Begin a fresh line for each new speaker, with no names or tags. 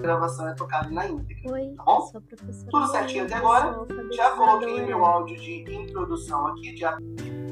gravação é tocada na íntegra.
Oi,
Tá bom?
eu sou a professora.
Tudo certinho até
Maria,
agora?
sou
Já coloquei
alfabetizadora.
meu áudio de introdução aqui, de